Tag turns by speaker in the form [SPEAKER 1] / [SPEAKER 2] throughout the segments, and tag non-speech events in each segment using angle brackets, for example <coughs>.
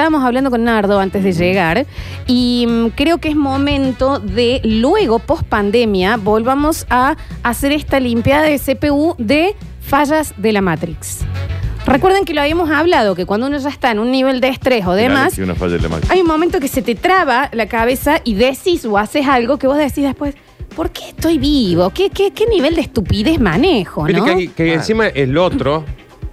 [SPEAKER 1] estábamos hablando con Nardo antes de llegar y mm, creo que es momento de luego, post pandemia, volvamos a hacer esta limpiada de CPU de fallas de la Matrix. Recuerden que lo habíamos hablado, que cuando uno ya está en un nivel de estrés o demás,
[SPEAKER 2] Si una falla de la máquina.
[SPEAKER 1] hay un momento que se te traba la cabeza y decís o haces algo que vos decís después, ¿por qué estoy vivo? ¿Qué, qué, qué nivel de estupidez manejo?
[SPEAKER 3] Viste
[SPEAKER 1] ¿no?
[SPEAKER 3] que, hay- que encima el otro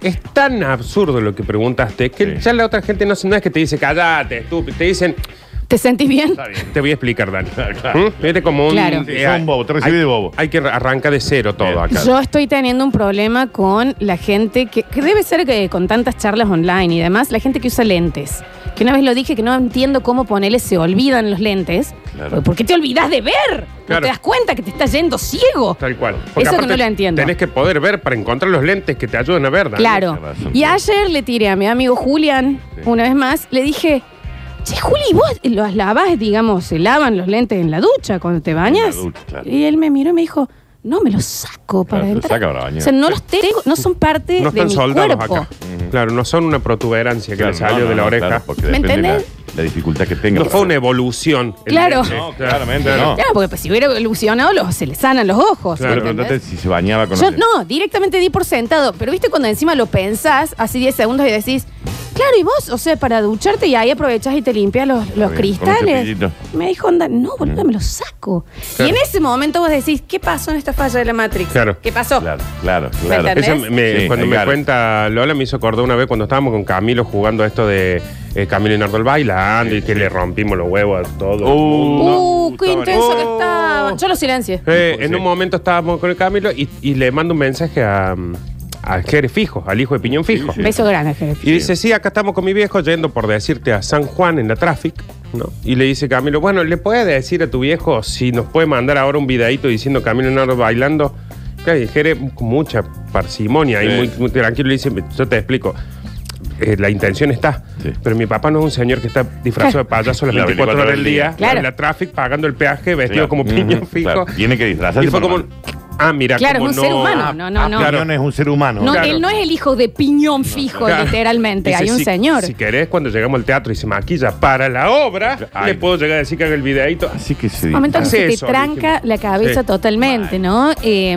[SPEAKER 3] es tan absurdo lo que preguntaste que
[SPEAKER 2] Sí.
[SPEAKER 3] ya la otra gente no, se- no es que te dice callate, estúpido. Te dicen,
[SPEAKER 1] ¿Te sentís bien?
[SPEAKER 2] Está bien.
[SPEAKER 3] te voy a explicar, Dani.
[SPEAKER 2] <laughs> claro.
[SPEAKER 3] ¿Mm? Viste como un.
[SPEAKER 1] Claro.
[SPEAKER 2] Sí, sos un bobo, te recibí
[SPEAKER 3] hay-
[SPEAKER 2] de bobo.
[SPEAKER 3] Hay que arrancar de cero todo
[SPEAKER 2] Bien.
[SPEAKER 3] acá.
[SPEAKER 1] Yo estoy teniendo un problema con la gente que, que debe ser que con tantas charlas online y demás, la gente que usa lentes. Que una vez lo dije que no entiendo cómo ponerle se olvidan los lentes.
[SPEAKER 2] Claro.
[SPEAKER 1] Porque ¿Por qué te olvidas de ver? No
[SPEAKER 3] Claro.
[SPEAKER 1] te das cuenta que te estás yendo ciego.
[SPEAKER 3] Tal cual.
[SPEAKER 1] Eso no
[SPEAKER 3] aparte
[SPEAKER 1] lo entiendo.
[SPEAKER 3] Tenés que poder ver para encontrar los lentes que te ayuden a ver, Dani.
[SPEAKER 1] Claro.
[SPEAKER 2] tenés razón.
[SPEAKER 1] Y ayer le tiré a mi amigo Julián,
[SPEAKER 2] Sí.
[SPEAKER 1] una vez más, le dije, che, Juli, vos los lavas, digamos, se lavan los lentes en la ducha cuando te bañas.
[SPEAKER 2] En la ducha, claro.
[SPEAKER 1] Y él me miró y me dijo, no, me los saco para
[SPEAKER 2] Claro, se
[SPEAKER 1] entrar.
[SPEAKER 2] saca para bañar.
[SPEAKER 1] o sea, no los tengo, no son parte
[SPEAKER 3] No
[SPEAKER 1] de
[SPEAKER 3] están
[SPEAKER 1] mi
[SPEAKER 3] soldados
[SPEAKER 1] cuerpo.
[SPEAKER 3] acá. Claro, no son una protuberancia que
[SPEAKER 2] Claro,
[SPEAKER 3] le salió
[SPEAKER 2] no, no,
[SPEAKER 3] de la
[SPEAKER 2] no,
[SPEAKER 3] oreja.
[SPEAKER 2] claro, porque
[SPEAKER 1] ¿Me
[SPEAKER 2] depende de la-
[SPEAKER 1] entendés?
[SPEAKER 2] La, dificultad que tenga.
[SPEAKER 3] No fue una evolución.
[SPEAKER 1] Claro.
[SPEAKER 2] No, claramente no.
[SPEAKER 1] Claro, porque pues, si hubiera evolucionado, los, se le sanan los ojos.
[SPEAKER 3] Claro,
[SPEAKER 2] Pero
[SPEAKER 1] ¿entendés?
[SPEAKER 2] preguntaste si se bañaba con
[SPEAKER 1] Yo
[SPEAKER 2] los-
[SPEAKER 1] no, directamente di por sentado. Pero viste cuando encima lo pensás, así 10 segundos y decís, claro, y vos, o sea, para ducharte y ahí aprovechás y te limpias los, los
[SPEAKER 2] bien, con un
[SPEAKER 1] cristales.
[SPEAKER 2] cepillito. Mm.
[SPEAKER 1] Me dijo, onda, no, boludo, me los saco.
[SPEAKER 3] Claro.
[SPEAKER 1] Y en ese momento vos decís, ¿qué pasó en esta falla de la Matrix?
[SPEAKER 3] Claro.
[SPEAKER 1] ¿Qué pasó?
[SPEAKER 2] Claro, claro,
[SPEAKER 1] ¿Me
[SPEAKER 2] claro.
[SPEAKER 1] entendés?
[SPEAKER 3] Ella me-
[SPEAKER 2] Sí,
[SPEAKER 3] cuando me
[SPEAKER 2] claro.
[SPEAKER 3] cuenta Lola me hizo acordar una vez cuando estábamos con Camilo jugando esto de eh, Camilo y Nardo el bailando y que le rompimos los huevos a todo. el
[SPEAKER 2] Uh,
[SPEAKER 3] mundo.
[SPEAKER 1] Uh,
[SPEAKER 2] No,
[SPEAKER 1] qué
[SPEAKER 2] estaba
[SPEAKER 1] intenso
[SPEAKER 3] en-
[SPEAKER 1] que
[SPEAKER 3] Oh.
[SPEAKER 1] estaba. Yo lo silencié.
[SPEAKER 3] Eh, en
[SPEAKER 2] Sí.
[SPEAKER 3] un momento estábamos con el Camilo y, y le mando un mensaje a, mm, al Jerez Fijo, al hijo de Piñón Fijo.
[SPEAKER 2] Sí.
[SPEAKER 1] Beso grande, jefe.
[SPEAKER 3] Y dice, sí, acá estamos con mi viejo yendo por decirte a San Juan en la traffic, ¿no? Y le dice Camilo, bueno, ¿le puedes decir a tu viejo si nos puede mandar ahora un videito diciendo Camilo Nardo bailando? Claro, y Jere, con mucha parsimonia y
[SPEAKER 2] Sí.
[SPEAKER 3] muy, muy tranquilo, le dice, yo te explico. Eh, la intención está,
[SPEAKER 2] Sí.
[SPEAKER 3] pero mi papá no es un señor que está disfrazado
[SPEAKER 2] <laughs>
[SPEAKER 3] de payaso las
[SPEAKER 2] Las
[SPEAKER 3] 24 horas del día,
[SPEAKER 1] Claro.
[SPEAKER 3] en la traffic pagando el peaje, vestido
[SPEAKER 2] Claro.
[SPEAKER 3] como piñón
[SPEAKER 2] Ujú,
[SPEAKER 3] fijo.
[SPEAKER 2] claro. Tiene que disfrazarse
[SPEAKER 3] Y fue
[SPEAKER 2] para
[SPEAKER 3] como, ah, mira,
[SPEAKER 1] Claro,
[SPEAKER 3] como
[SPEAKER 1] es un ser humano, no, no, no.
[SPEAKER 2] Piñón es un ser humano.
[SPEAKER 1] No,
[SPEAKER 3] claro.
[SPEAKER 1] él no es el hijo de piñón fijo,
[SPEAKER 3] <laughs> Claro.
[SPEAKER 1] literalmente.
[SPEAKER 3] Dice,
[SPEAKER 1] Hay un
[SPEAKER 3] si-
[SPEAKER 1] señor.
[SPEAKER 3] Si querés, cuando llegamos al teatro y se maquilla para la obra,
[SPEAKER 2] Ay.
[SPEAKER 3] le puedo llegar a decir que haga el videito.
[SPEAKER 2] Así que sí.
[SPEAKER 1] momento que
[SPEAKER 3] Hace
[SPEAKER 1] se te
[SPEAKER 3] eso,
[SPEAKER 1] tranca
[SPEAKER 3] dijimos.
[SPEAKER 1] la cabeza
[SPEAKER 3] Sí.
[SPEAKER 1] totalmente, ¿no? Eh,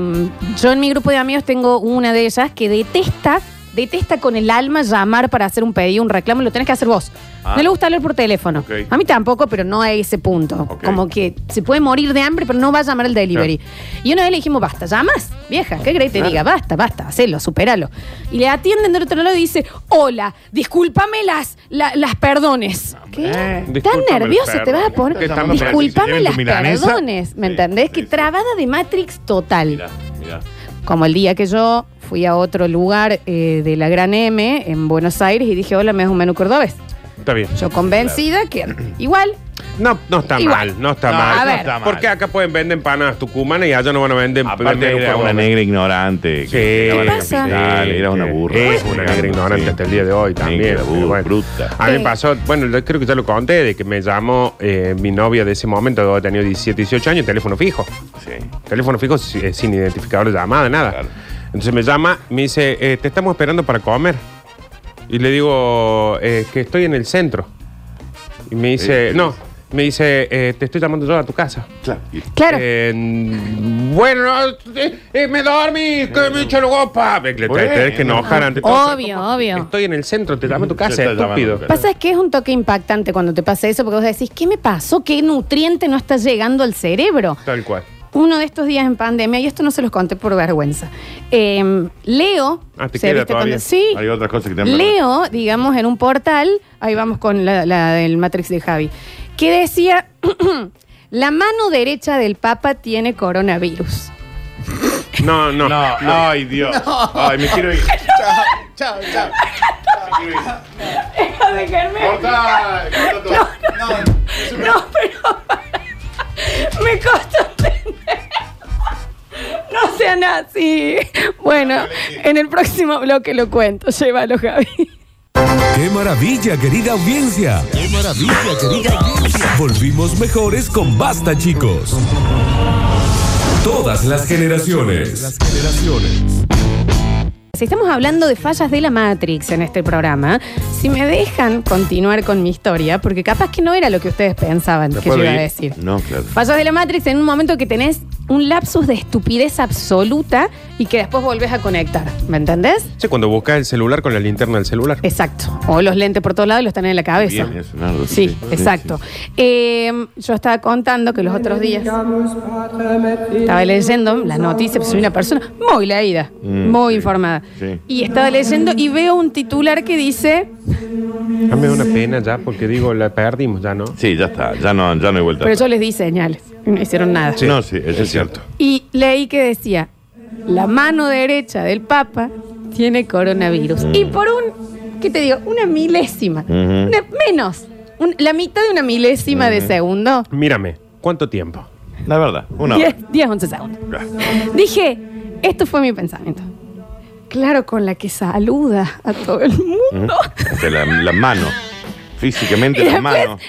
[SPEAKER 1] yo en mi grupo de amigos tengo una de ellas que detesta, detesta con el alma llamar para hacer un pedido, un reclamo, lo tenés que hacer vos.
[SPEAKER 2] Ah.
[SPEAKER 1] No le gusta hablar por teléfono.
[SPEAKER 2] Ok.
[SPEAKER 1] A mí tampoco, pero no a ese punto.
[SPEAKER 2] Ok.
[SPEAKER 1] Como que se puede morir de hambre, pero no va a llamar el delivery. Y una vez le dijimos, basta, llamas, vieja, ¿qué crees que te diga? Basta, basta, hacelo, superalo. Y le atienden del otro lado y dice, hola, discúlpame las, la- las perdones. ¿Qué? Tan
[SPEAKER 3] Discúlpame las
[SPEAKER 1] nervioso te vas a
[SPEAKER 3] perdones.
[SPEAKER 1] poner.
[SPEAKER 3] Que estamos
[SPEAKER 1] Disculpame
[SPEAKER 2] perdidos.
[SPEAKER 1] las
[SPEAKER 2] Si tienen tu milanesa.
[SPEAKER 1] perdones, ¿me
[SPEAKER 2] Sí,
[SPEAKER 1] entendés?
[SPEAKER 2] sí,
[SPEAKER 1] Que
[SPEAKER 2] sí.
[SPEAKER 1] trabada de Matrix total.
[SPEAKER 2] Mirá, mirá.
[SPEAKER 1] Como el día que yo fui a otro lugar eh, de la Gran M en Buenos Aires y dije, hola, me das un menú cordobés.
[SPEAKER 3] Está bien.
[SPEAKER 1] Yo convencida que <clears throat> igual.
[SPEAKER 3] No, no está
[SPEAKER 1] Igual.
[SPEAKER 3] mal, no está
[SPEAKER 2] No,
[SPEAKER 3] mal.
[SPEAKER 1] a ver.
[SPEAKER 2] está mal.
[SPEAKER 3] Porque acá pueden vender empanadas tucumanas y allá no van a vender
[SPEAKER 2] Aparte
[SPEAKER 3] vender
[SPEAKER 2] era
[SPEAKER 3] un
[SPEAKER 2] una
[SPEAKER 3] cordobés.
[SPEAKER 2] negra ignorante.
[SPEAKER 3] Sí,
[SPEAKER 2] que estaba en la
[SPEAKER 1] pasa?
[SPEAKER 2] capital, Era una burra.
[SPEAKER 3] Es una negra ignorante
[SPEAKER 2] Sí.
[SPEAKER 3] hasta el día de hoy también.
[SPEAKER 2] Negra,
[SPEAKER 3] pero
[SPEAKER 2] burra,
[SPEAKER 3] bueno. Ah.
[SPEAKER 2] bruta.
[SPEAKER 3] A mí me
[SPEAKER 1] Sí.
[SPEAKER 3] pasó, bueno, yo creo que ya lo conté, de que me llamó eh, mi novia de ese momento, yo tenía 17, 18 años, teléfono fijo.
[SPEAKER 2] Sí.
[SPEAKER 3] Teléfono fijo si- eh, sin identificador de llamada, nada.
[SPEAKER 2] Claro.
[SPEAKER 3] Entonces me llama, me dice, eh, te estamos esperando para comer. Y le digo, eh, que estoy en el centro. Y me dice,
[SPEAKER 2] Eh,
[SPEAKER 3] no, me dice, eh, te estoy llamando yo a tu casa.
[SPEAKER 2] Claro. Y-
[SPEAKER 1] Claro.
[SPEAKER 3] Eh, bueno, eh, eh, me dormí, que me echó la gopa. Le te-
[SPEAKER 2] Bueno.
[SPEAKER 3] tenés que enojar antes.
[SPEAKER 1] Obvio,
[SPEAKER 3] ¿Cómo?
[SPEAKER 1] obvio.
[SPEAKER 3] Estoy en el centro, te llamo a tu
[SPEAKER 2] Te
[SPEAKER 3] casa,
[SPEAKER 2] está llamando a
[SPEAKER 3] estúpido.
[SPEAKER 2] tu casa.
[SPEAKER 1] Pasa es que es un toque impactante cuando te pasa eso, porque vos decís, ¿qué me pasó? ¿Qué nutriente no está llegando al cerebro?
[SPEAKER 3] Tal cual.
[SPEAKER 1] Uno de estos días en pandemia, y esto no se los conté por vergüenza. eh, Leo.
[SPEAKER 3] Ah, ¿te
[SPEAKER 1] se
[SPEAKER 3] queda
[SPEAKER 1] viste
[SPEAKER 3] todavía?
[SPEAKER 1] Sí.
[SPEAKER 2] Hay otras cosas que te han
[SPEAKER 1] Leo, digamos, en un portal, ahí vamos con la, la del Matrix de Javi, que decía, <clears throat> la mano derecha del Papa tiene coronavirus.
[SPEAKER 3] No, no.
[SPEAKER 2] No, ay Dios. Ay, me quiero ir. Chao, chao, chao. Me quiero ir. Cortá, cortá todo.
[SPEAKER 1] No, pero me costó entender. No sean así. Bueno, en el próximo bloque lo cuento. Llévalo, Javi.
[SPEAKER 4] ¡Qué maravilla, querida audiencia! ¡Qué maravilla, querida audiencia! Volvimos mejores con Basta, chicos. Todas las generaciones.
[SPEAKER 1] si estamos hablando de fallas de la Matrix en este programa, si me dejan continuar con mi historia, porque capaz que no era lo que ustedes pensaban que yo
[SPEAKER 2] puedo
[SPEAKER 1] iba a
[SPEAKER 2] ir?
[SPEAKER 1] decir.
[SPEAKER 2] No, claro.
[SPEAKER 1] Fallas de la Matrix en un momento que tenés un lapsus de estupidez absoluta y que después volvés a conectar. ¿Me entendés?
[SPEAKER 3] Sí, cuando buscas el celular con la linterna del
[SPEAKER 1] Eh.
[SPEAKER 3] celular.
[SPEAKER 1] Exacto. O los lentes por todos lados y los tenés en la cabeza.
[SPEAKER 2] Bien, eso, Nardo,
[SPEAKER 1] Sí,
[SPEAKER 2] sí, sí,
[SPEAKER 1] exacto. Eh, yo estaba contando que los otros días estaba leyendo la noticia, pues soy una persona muy leída,
[SPEAKER 2] Mm,
[SPEAKER 1] muy
[SPEAKER 2] sí,
[SPEAKER 1] informada.
[SPEAKER 2] sí.
[SPEAKER 1] Y estaba leyendo y veo un titular que dice,
[SPEAKER 3] A mí Ah, me da una pena ya porque digo, la perdimos ya, ¿no?
[SPEAKER 2] Sí, ya está. Ya no, ya no hay vuelta.
[SPEAKER 1] pero yo les di señales, y no hicieron nada.
[SPEAKER 2] Sí. No, sí, eso es cierto.
[SPEAKER 1] Y leí que decía, la mano derecha del Papa tiene coronavirus. Y por un, ¿qué te digo? Una milésima,
[SPEAKER 2] Mm. Ujú.
[SPEAKER 1] una- menos, un- la mitad de una milésima de segundo.
[SPEAKER 3] Mírame, ¿cuánto tiempo?
[SPEAKER 2] La verdad, una
[SPEAKER 1] 10, 10, 11 segundos.
[SPEAKER 2] hora.
[SPEAKER 1] Dije, esto fue mi pensamiento. Claro, con la que saluda a todo el mundo. <laughs>
[SPEAKER 2] De Este, la, la mano. Físicamente
[SPEAKER 1] Y
[SPEAKER 2] la
[SPEAKER 1] después,
[SPEAKER 2] mano.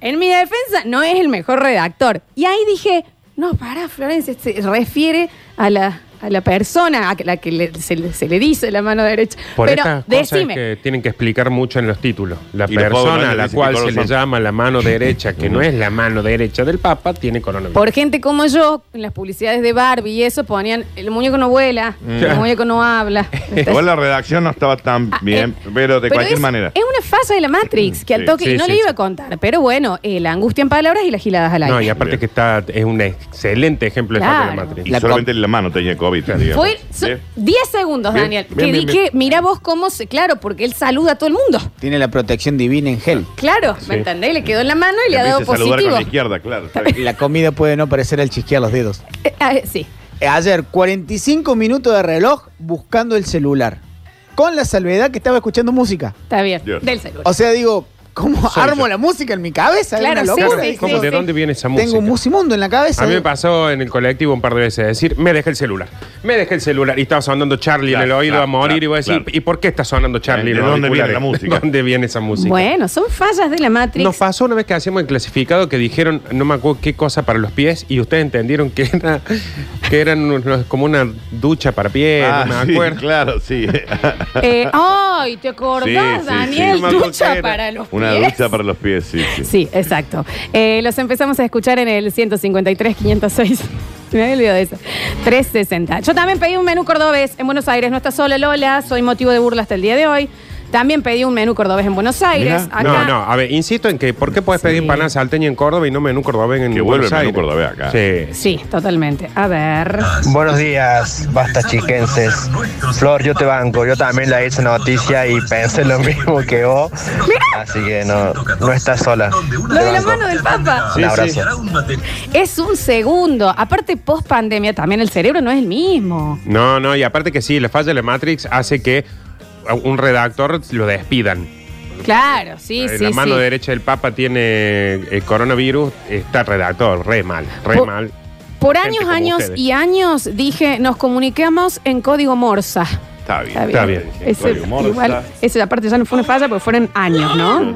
[SPEAKER 1] en mi defensa, no es el mejor redactor. Y ahí dije, no, pará, Florencia, se refiere a la, a la persona a la que le- se, le- se le dice la mano derecha.
[SPEAKER 3] Por
[SPEAKER 1] Pero
[SPEAKER 3] estas cosas
[SPEAKER 1] decime,
[SPEAKER 3] que tienen que explicar mucho en los títulos. La
[SPEAKER 2] Y los pavos
[SPEAKER 3] persona a
[SPEAKER 2] no
[SPEAKER 3] la
[SPEAKER 2] dicen
[SPEAKER 3] cual
[SPEAKER 2] que
[SPEAKER 3] se
[SPEAKER 2] todos
[SPEAKER 3] le
[SPEAKER 2] son.
[SPEAKER 3] llama la mano derecha, que no es la mano derecha del Papa, tiene coronavirus.
[SPEAKER 1] por gente como yo, en las publicidades de Barbie y eso, ponían, el muñeco no vuela,
[SPEAKER 3] Mm.
[SPEAKER 1] el muñeco no
[SPEAKER 3] <laughs>
[SPEAKER 1] habla.
[SPEAKER 2] Igual la redacción no estaba tan
[SPEAKER 1] Ah,
[SPEAKER 2] bien,
[SPEAKER 1] eh,
[SPEAKER 2] pero de cualquier
[SPEAKER 1] es,
[SPEAKER 2] manera.
[SPEAKER 1] Es una falla de la Matrix que al
[SPEAKER 2] Sí,
[SPEAKER 1] toque
[SPEAKER 3] sí,
[SPEAKER 1] no
[SPEAKER 3] sí,
[SPEAKER 1] le iba
[SPEAKER 3] sí.
[SPEAKER 1] a contar, pero bueno, eh, la angustia en palabras y las giladas al aire.
[SPEAKER 3] No, y aparte que está, es un excelente ejemplo de falta de
[SPEAKER 1] Claro.
[SPEAKER 3] la matriz.
[SPEAKER 2] y
[SPEAKER 5] la
[SPEAKER 2] solamente la mano tenía COVID. digamos.
[SPEAKER 1] Fue so-
[SPEAKER 2] Bien.
[SPEAKER 1] 10 segundos,
[SPEAKER 2] Bien,
[SPEAKER 1] Daniel,
[SPEAKER 2] bien,
[SPEAKER 1] que
[SPEAKER 2] bien,
[SPEAKER 1] di
[SPEAKER 2] bien.
[SPEAKER 1] que mira vos cómo se, claro, porque él saluda a todo el mundo.
[SPEAKER 5] Tiene la protección divina en gel.
[SPEAKER 1] Claro, ¿me entendés? Le quedó en la mano y le ha dado
[SPEAKER 2] Empieza a saludar con
[SPEAKER 1] positivo.
[SPEAKER 2] la izquierda, claro. está bien.
[SPEAKER 5] La comida puede no parecer al chisquear los dedos.
[SPEAKER 1] Eh, ah, eh, sí.
[SPEAKER 5] Eh, Ayer, 45 minutos de reloj buscando el celular. Con la salvedad que estaba escuchando música.
[SPEAKER 1] Está bien,
[SPEAKER 2] Dios.
[SPEAKER 1] del celular.
[SPEAKER 5] O sea, digo, ¿cómo
[SPEAKER 3] Soy
[SPEAKER 5] armo
[SPEAKER 3] yo.
[SPEAKER 5] la música en mi cabeza? Es
[SPEAKER 1] Claro,
[SPEAKER 5] una
[SPEAKER 1] sí,
[SPEAKER 5] locura.
[SPEAKER 1] sí,
[SPEAKER 3] ¿Cómo, ¿De dónde viene esa música?
[SPEAKER 5] Tengo un musimundo en la cabeza.
[SPEAKER 3] A mí me pasó en el colectivo un par de veces decir, me dejé el celular, me dejé el celular y estaba sonando Charlie en el
[SPEAKER 2] Claro,
[SPEAKER 3] oído
[SPEAKER 2] claro,
[SPEAKER 3] a morir
[SPEAKER 2] claro,
[SPEAKER 3] y voy a decir,
[SPEAKER 2] claro.
[SPEAKER 3] ¿y por qué está sonando Charlie? en
[SPEAKER 2] ¿De
[SPEAKER 3] los
[SPEAKER 2] dónde viene la
[SPEAKER 3] auriculares?
[SPEAKER 2] música?
[SPEAKER 3] ¿De <laughs> dónde viene esa música?
[SPEAKER 1] Bueno, son fallas de la Matrix.
[SPEAKER 3] Nos pasó una vez que hacíamos el clasificado que dijeron, no me acuerdo qué cosa para los pies, y ustedes entendieron que era que eran unos- como una ducha para pies,
[SPEAKER 2] Ah,
[SPEAKER 3] no me
[SPEAKER 2] sí,
[SPEAKER 3] acuerdo.
[SPEAKER 2] claro, sí.
[SPEAKER 1] Eh, ¡Ay! ¿Te acordás,
[SPEAKER 2] Sí, sí, sí.
[SPEAKER 1] Daniel?
[SPEAKER 2] Sí, me acuerdo que
[SPEAKER 1] ducha
[SPEAKER 2] era
[SPEAKER 1] para los
[SPEAKER 2] Una
[SPEAKER 1] pies.
[SPEAKER 2] ducha para los pies, sí. sí.
[SPEAKER 1] Sí, exacto. Eh, los empezamos a escuchar en el 153, 506. <laughs> Me había olvidado de eso. 360. Yo también pedí un menú cordobés en Buenos Aires. No está sola Lola, soy motivo de burla hasta el día de hoy. También pedí un menú cordobés en Buenos Aires.
[SPEAKER 2] Mirá.
[SPEAKER 1] Acá.
[SPEAKER 3] No, no, a ver, insisto en que ¿por qué puedes
[SPEAKER 1] Sí.
[SPEAKER 3] pedir empanada salteña en Córdoba y no menú cordobés en
[SPEAKER 2] Que vuelve
[SPEAKER 3] Buenos
[SPEAKER 2] el menú
[SPEAKER 3] Aires?
[SPEAKER 2] cordobés acá.
[SPEAKER 3] Sí.
[SPEAKER 1] Sí, totalmente. A ver.
[SPEAKER 6] Ah,
[SPEAKER 7] Buenos días, basta chiquenses. Flor, yo te banco, yo también la hice noticia y pensé lo mismo que vos. Así que no, no estás sola.
[SPEAKER 1] Lo de la mano del Papa.
[SPEAKER 7] Un abrazo.
[SPEAKER 1] Es un segundo. Aparte, post pandemia también el cerebro no es el mismo.
[SPEAKER 3] No, no, y aparte que sí, la falla de la Matrix hace que a un redactor lo despidan.
[SPEAKER 1] Claro, sí,
[SPEAKER 3] Eh,
[SPEAKER 1] sí.
[SPEAKER 3] la mano
[SPEAKER 1] sí.
[SPEAKER 3] derecha del Papa tiene eh, coronavirus, está redactor, re mal, re
[SPEAKER 1] Por-
[SPEAKER 3] mal.
[SPEAKER 1] Por
[SPEAKER 3] Gente
[SPEAKER 1] años,
[SPEAKER 3] como
[SPEAKER 1] años
[SPEAKER 3] ustedes.
[SPEAKER 1] y años dije, nos comuniquemos en código Morsa.
[SPEAKER 2] Está bien.
[SPEAKER 1] Está bien.
[SPEAKER 3] Está bien.
[SPEAKER 1] Ese-
[SPEAKER 2] Código Morsa.
[SPEAKER 1] igual, esa parte ya no fue una falla porque fueron años, ¿no?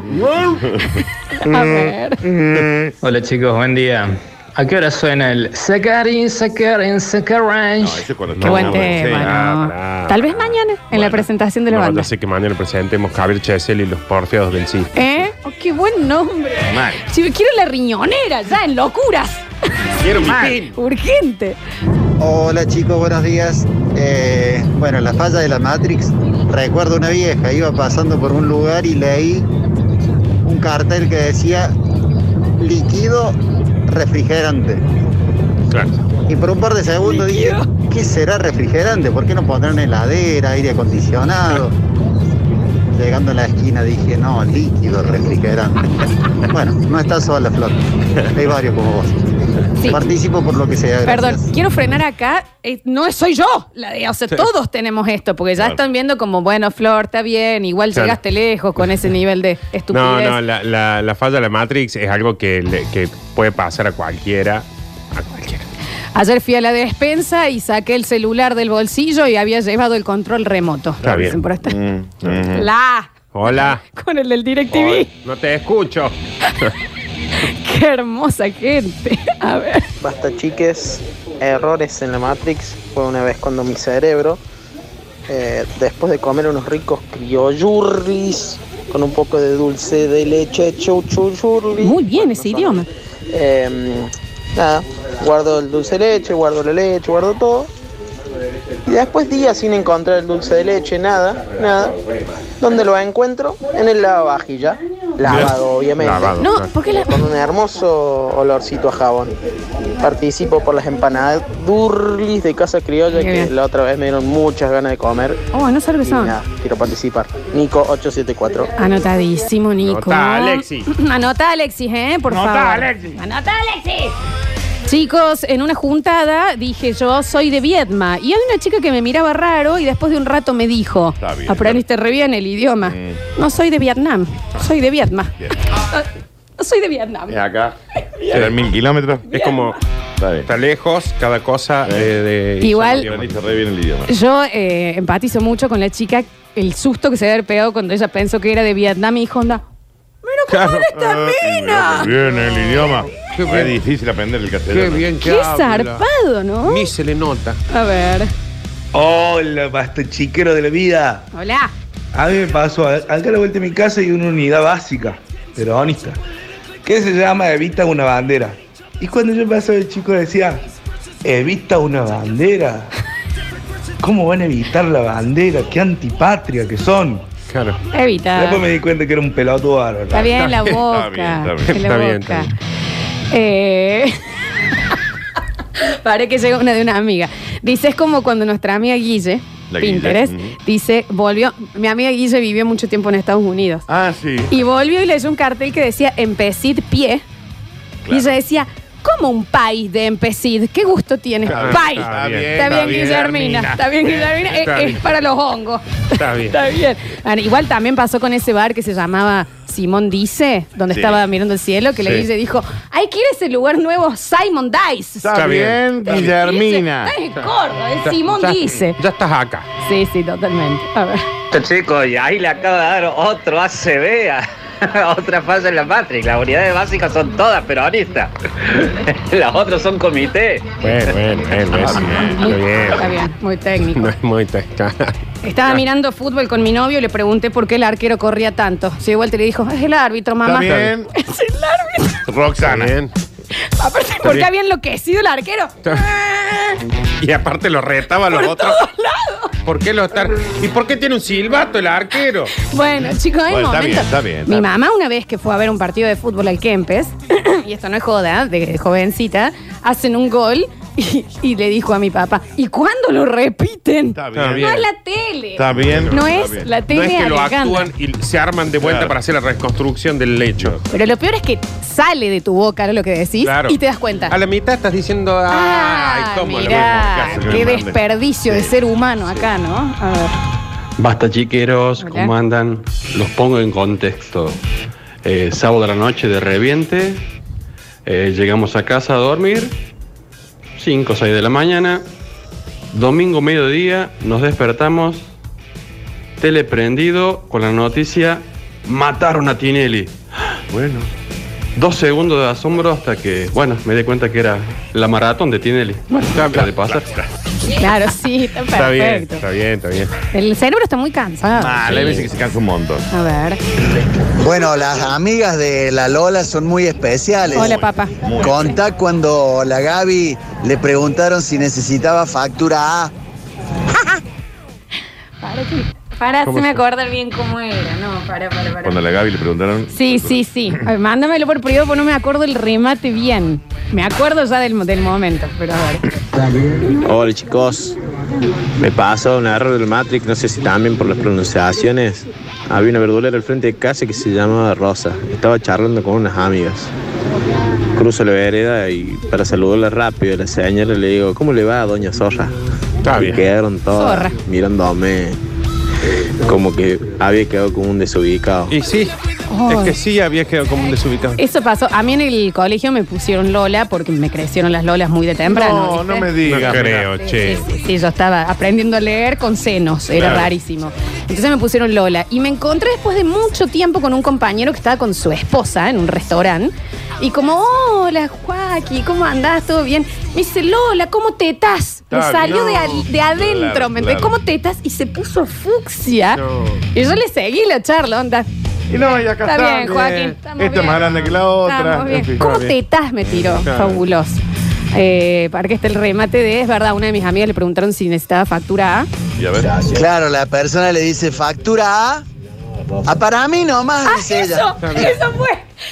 [SPEAKER 1] <laughs> A ver.
[SPEAKER 8] Mm.
[SPEAKER 9] Hola chicos, buen día. ¿A qué hora suena el Sacarín, Sacarín, Sacarín?
[SPEAKER 2] No, eso es cuando
[SPEAKER 1] Qué buen
[SPEAKER 2] estamos- sí,
[SPEAKER 1] tema,
[SPEAKER 3] ah,
[SPEAKER 1] ¿no?
[SPEAKER 3] pará.
[SPEAKER 1] Tal vez mañana en la
[SPEAKER 2] Bueno,
[SPEAKER 1] presentación de la
[SPEAKER 3] no,
[SPEAKER 1] banda.
[SPEAKER 3] ya sé que mañana presentemos Javier Chesel y los porfeados del sí.
[SPEAKER 1] ¿Eh? Oh, ¡Qué buen nombre!
[SPEAKER 2] Mal.
[SPEAKER 1] Si quiero la riñonera, ya, en locuras.
[SPEAKER 3] Quiero mi pin.
[SPEAKER 1] Urgente.
[SPEAKER 10] Hola chicos, buenos días. Eh, bueno, la falla de la Matrix. Recuerdo una vieja, iba pasando por un lugar y leí un cartel que decía líquido refrigerante.
[SPEAKER 3] Claro.
[SPEAKER 10] Y por un par de segundos dije, ¿qué será refrigerante? ¿Por qué no pondrán heladera, aire acondicionado? Llegando a la esquina dije, no, líquido refrigerante. Bueno, no estás sola, Flor. Hay varios como vos.
[SPEAKER 1] Sí.
[SPEAKER 10] Participo por lo que sea.
[SPEAKER 1] Perdón,
[SPEAKER 10] gracias.
[SPEAKER 1] quiero frenar acá. Eh, no soy yo. La de, o sea, todos tenemos esto, porque ya
[SPEAKER 2] Claro.
[SPEAKER 1] están viendo como, bueno, Flor, está bien, igual
[SPEAKER 3] Claro.
[SPEAKER 1] llegaste lejos con ese nivel de estupidez.
[SPEAKER 3] No, no, la, la- la falla de la Matrix es algo que, le- que puede pasar a cualquiera. A cualquiera.
[SPEAKER 1] Ayer fui a la despensa y saqué el celular del bolsillo y había llevado el control remoto.
[SPEAKER 3] Está bien.
[SPEAKER 1] Dicen por acá.
[SPEAKER 2] Mm, mm.
[SPEAKER 1] La
[SPEAKER 3] Hola.
[SPEAKER 1] con el del DirecTV.
[SPEAKER 3] Hola, No te escucho.
[SPEAKER 1] Qué hermosa gente. A ver.
[SPEAKER 8] Basta chiques, errores en la Matrix. Fue una vez cuando mi cerebro eh, después de comer unos ricos criollurris con un poco de dulce de leche chuchurris.
[SPEAKER 1] Muy bien ese idioma.
[SPEAKER 8] Eh, nada, guardo el dulce de leche, guardo la leche, guardo todo. Y después días sin encontrar el dulce de leche, nada, nada. ¿Dónde lo encuentro? En el lavavajilla. Lavado, obviamente.
[SPEAKER 3] Lavado.
[SPEAKER 1] No, porque la.
[SPEAKER 8] Con un hermoso olorcito a jabón. Participo por las empanadas durlis de Casa Criolla,
[SPEAKER 1] Muy
[SPEAKER 8] que
[SPEAKER 1] bien.
[SPEAKER 8] la otra vez me dieron muchas ganas de comer.
[SPEAKER 1] Oh, no sé lo que
[SPEAKER 8] Y
[SPEAKER 1] son.
[SPEAKER 8] nada, quiero participar. Nico 874.
[SPEAKER 1] Anotadísimo, Nico.
[SPEAKER 3] Anotá, Alexis.
[SPEAKER 1] <clears throat> Anota, Alexis, ¿eh? Por
[SPEAKER 3] Anotá,
[SPEAKER 1] favor.
[SPEAKER 3] Alexis.
[SPEAKER 1] Anota, Alexis. Chicos, en una juntada dije yo soy de Vietma y hay una chica que me miraba raro y después de un rato me dijo, "Ah,
[SPEAKER 2] Está bien.
[SPEAKER 1] aprendiste re bien el idioma.
[SPEAKER 2] Mm.
[SPEAKER 1] No soy de Vietnam, soy de Vietma.
[SPEAKER 2] Bien.
[SPEAKER 1] No soy de Vietnam.
[SPEAKER 2] Es acá. Serán mil kilómetros.
[SPEAKER 3] Es como,
[SPEAKER 2] Está bien.
[SPEAKER 3] está lejos cada cosa
[SPEAKER 2] Sí.
[SPEAKER 3] eh, de...
[SPEAKER 1] Igual-
[SPEAKER 2] Aprendiste re bien el idioma.
[SPEAKER 1] Yo eh, empatizo mucho con la chica, el susto que se debe haber pegado cuando ella pensó que era de Vietnam y dijo, onda, mira cómo
[SPEAKER 3] Claro.
[SPEAKER 1] habla esta mina.
[SPEAKER 2] Ah, Qué Bien el idioma.
[SPEAKER 3] Qué
[SPEAKER 2] Es
[SPEAKER 3] bien.
[SPEAKER 2] difícil aprender el
[SPEAKER 3] Qué
[SPEAKER 2] castellano.
[SPEAKER 3] bien que
[SPEAKER 1] Qué
[SPEAKER 3] habla.
[SPEAKER 1] zarpado, ¿no?
[SPEAKER 3] Ni se le nota.
[SPEAKER 1] A ver.
[SPEAKER 11] Hola, basta chiquero de la vida.
[SPEAKER 1] Hola.
[SPEAKER 11] A mí me pasó, a- acá a la vuelta de mi casa hay una unidad básica, pero honesta, que se llama Evita una bandera. Y cuando yo pasaba el chico decía, Evita una bandera. ¿Cómo van a evitar la bandera? Qué antipatria que son.
[SPEAKER 3] Claro.
[SPEAKER 1] Evita.
[SPEAKER 11] Después me di cuenta que era un pelotudo bárbaro.
[SPEAKER 1] Está bien la
[SPEAKER 3] bien,
[SPEAKER 1] boca.
[SPEAKER 2] está bien,
[SPEAKER 1] en la
[SPEAKER 3] está bien,
[SPEAKER 1] boca.
[SPEAKER 3] está bien.
[SPEAKER 1] Eh, <laughs> Parece que llega una de una amiga. Dice, es como cuando nuestra amiga Guille,
[SPEAKER 2] La Guille,
[SPEAKER 1] Pinterest,
[SPEAKER 2] ujú.
[SPEAKER 1] dice, volvió, mi amiga Guille vivió mucho tiempo en Estados Unidos.
[SPEAKER 2] Ah, sí.
[SPEAKER 1] Y volvió y leyó un cartel que decía Empecid pie.
[SPEAKER 2] Claro.
[SPEAKER 1] Y ella decía, ¿cómo un país de Empecid? ¿Qué gusto tienes?
[SPEAKER 3] Claro,
[SPEAKER 1] país.
[SPEAKER 3] está bien,
[SPEAKER 1] Está bien, Guillermina.
[SPEAKER 3] Guillermina.
[SPEAKER 1] Está bien, Guillermina.
[SPEAKER 3] Está
[SPEAKER 1] Es,
[SPEAKER 3] bien.
[SPEAKER 1] es para los hongos.
[SPEAKER 3] Está bien.
[SPEAKER 1] Está bien. Bueno, igual también pasó con ese bar que se llamaba Simón Dice, donde
[SPEAKER 2] Sí.
[SPEAKER 1] estaba mirando el cielo, que le
[SPEAKER 3] Sí.
[SPEAKER 1] dice, dijo, hay que ir a ese lugar nuevo, Simon Dice.
[SPEAKER 2] Está
[SPEAKER 3] Está
[SPEAKER 2] bien,
[SPEAKER 3] bien,
[SPEAKER 2] Guillermina.
[SPEAKER 1] Dice, Está en Córdoba, es
[SPEAKER 3] Ya-
[SPEAKER 1] Simón
[SPEAKER 3] ya-
[SPEAKER 1] Dice.
[SPEAKER 3] Ya estás acá.
[SPEAKER 1] Sí, sí, totalmente. A ver.
[SPEAKER 8] Chicos, Este y ahí le acaba de dar otro ACB <laughs> otra falla en la Matrix. Las unidades básicas son todas peronistas. <laughs> Las otras son comité.
[SPEAKER 3] Bueno, bueno, bueno. eso.
[SPEAKER 1] Muy-
[SPEAKER 3] Está bien.
[SPEAKER 1] Está bien, muy técnico.
[SPEAKER 3] <laughs> No es muy teca.
[SPEAKER 1] Estaba mirando fútbol con mi novio y le pregunté por qué el arquero corría tanto. Se dio vuelta y le dijo, es el árbitro, mamá.
[SPEAKER 2] Está bien,
[SPEAKER 1] Es el árbitro.
[SPEAKER 2] Roxana.
[SPEAKER 3] Bien.
[SPEAKER 1] <laughs> Aparte, ¿por qué
[SPEAKER 3] bien.
[SPEAKER 1] había enloquecido el arquero?
[SPEAKER 3] Está-
[SPEAKER 1] <laughs>
[SPEAKER 3] Y aparte lo retaba a los otros. ¿Por qué lo están? ¿Y por qué tiene un silbato el arquero?
[SPEAKER 1] Bueno, chicos, hay
[SPEAKER 2] Bueno, está
[SPEAKER 1] momentos.
[SPEAKER 2] bien, está bien, está
[SPEAKER 1] mi
[SPEAKER 2] bien.
[SPEAKER 1] mamá, una vez que fue a ver un partido de fútbol al Kempes, <coughs> y esto no es joda, de jovencita, hacen un gol y, y le dijo a mi papá, ¿y cuándo lo repiten?
[SPEAKER 2] Está bien.
[SPEAKER 3] Está
[SPEAKER 1] No
[SPEAKER 3] bien.
[SPEAKER 1] es la tele.
[SPEAKER 2] Está bien.
[SPEAKER 1] No
[SPEAKER 2] Está
[SPEAKER 1] es
[SPEAKER 2] bien.
[SPEAKER 1] la
[SPEAKER 3] No
[SPEAKER 1] tele
[SPEAKER 3] es que lo
[SPEAKER 1] Alejandra.
[SPEAKER 3] actúan y se arman de vuelta
[SPEAKER 2] Claro.
[SPEAKER 3] para hacer la reconstrucción del lecho.
[SPEAKER 1] Pero lo peor es que sale de tu boca lo que decís
[SPEAKER 3] Claro.
[SPEAKER 1] y te das cuenta.
[SPEAKER 3] A la mitad estás diciendo, ay,
[SPEAKER 1] Ah,
[SPEAKER 3] cómo lo
[SPEAKER 1] mirá,
[SPEAKER 3] mismo que hace.
[SPEAKER 1] qué
[SPEAKER 2] que me mande.
[SPEAKER 1] desperdicio de ser humano acá, ¿no? A ver.
[SPEAKER 6] Basta chiqueros,
[SPEAKER 1] Hola.
[SPEAKER 6] ¿cómo andan? Los pongo en contexto. Eh, sábado a la noche de reviente, eh, llegamos a casa a dormir, 5 o 6 de la mañana, domingo mediodía nos despertamos, teleprendido con la noticia, mataron a Tinelli.
[SPEAKER 2] Bueno.
[SPEAKER 6] Dos segundos de asombro hasta que, bueno, me di cuenta que era la maratón de Tinelli. Bueno, acaba de pasar.
[SPEAKER 1] Claro, sí, está
[SPEAKER 2] Está bien,
[SPEAKER 1] perfecto.
[SPEAKER 2] está bien, está bien.
[SPEAKER 1] El cerebro está muy cansado.
[SPEAKER 2] Ah, la veces que se cansa un montón.
[SPEAKER 1] A ver.
[SPEAKER 8] Bueno, las amigas de la Lola son muy especiales.
[SPEAKER 1] Hola, papá.
[SPEAKER 8] Contá cuando la Gaby le preguntaron si necesitaba factura A.
[SPEAKER 1] Para, que- para, se me acuerda bien cómo era. No, para, para, para.
[SPEAKER 2] Cuando a la Gaby le preguntaron.
[SPEAKER 1] Sí, sí, sí. Ay, mándamelo por privado porque no me acuerdo el remate bien. Me acuerdo ya del, del momento, pero a ver.
[SPEAKER 8] Hola chicos, me pasó un error del Matrix, no sé si también por las pronunciaciones. Había una verdulera al frente de casa que se llamaba Rosa. Estaba charlando con unas amigas. Cruzo la vereda y para saludarla rápido, la señora le digo, ¿cómo le va a doña Zorra?
[SPEAKER 3] Está
[SPEAKER 2] Ah,
[SPEAKER 8] y
[SPEAKER 3] bien.
[SPEAKER 8] quedaron todas
[SPEAKER 1] Zorra.
[SPEAKER 8] mirándome como que había quedado como un desubicado.
[SPEAKER 3] Y sí,
[SPEAKER 1] Ay.
[SPEAKER 3] es que sí había quedado como un desubicado.
[SPEAKER 1] Oh, Eso pasó. A mí en el colegio me pusieron Lola porque me crecieron las Lolas muy de temprano.
[SPEAKER 2] No, no
[SPEAKER 1] ¿viste?
[SPEAKER 2] me digas.
[SPEAKER 3] No creo,
[SPEAKER 2] mira.
[SPEAKER 3] che.
[SPEAKER 1] Sí, sí, sí, yo estaba aprendiendo a leer con senos, era
[SPEAKER 2] Claro.
[SPEAKER 1] rarísimo. Entonces me pusieron Lola y me encontré después de mucho tiempo con un compañero que estaba con su esposa en un restaurante Y como, hola, Joaquín, ¿cómo andás? ¿Todo bien? Me dice, Lola, ¿cómo te estás? Me
[SPEAKER 2] Ah,
[SPEAKER 1] salió
[SPEAKER 2] no.
[SPEAKER 1] de, al- de adentro,
[SPEAKER 2] Claro,
[SPEAKER 1] ¿me entendés?
[SPEAKER 2] claro.
[SPEAKER 1] ¿Cómo te estás? Y se puso fucsia.
[SPEAKER 2] No.
[SPEAKER 1] Y yo le seguí la charla, onda.
[SPEAKER 2] Y no, y acá
[SPEAKER 1] está.
[SPEAKER 2] está,
[SPEAKER 1] bien,
[SPEAKER 2] bien.
[SPEAKER 1] Joaquín. Estamos
[SPEAKER 2] Esta es
[SPEAKER 1] bien.
[SPEAKER 2] más grande que la otra.
[SPEAKER 1] Estamos bien.
[SPEAKER 2] en fin.
[SPEAKER 1] ¿Cómo
[SPEAKER 2] Está
[SPEAKER 1] te
[SPEAKER 2] bien.
[SPEAKER 1] estás? Me tiró.
[SPEAKER 2] Claro.
[SPEAKER 1] Fabuloso. Eh, para que esté el remate de, es verdad, una de mis amigas le preguntaron si necesitaba factura A.
[SPEAKER 12] Y a ver.
[SPEAKER 13] Claro, la persona le dice factura A. A para mí nomás,
[SPEAKER 1] Ah,
[SPEAKER 13] dice ella.
[SPEAKER 1] eso, eso fue.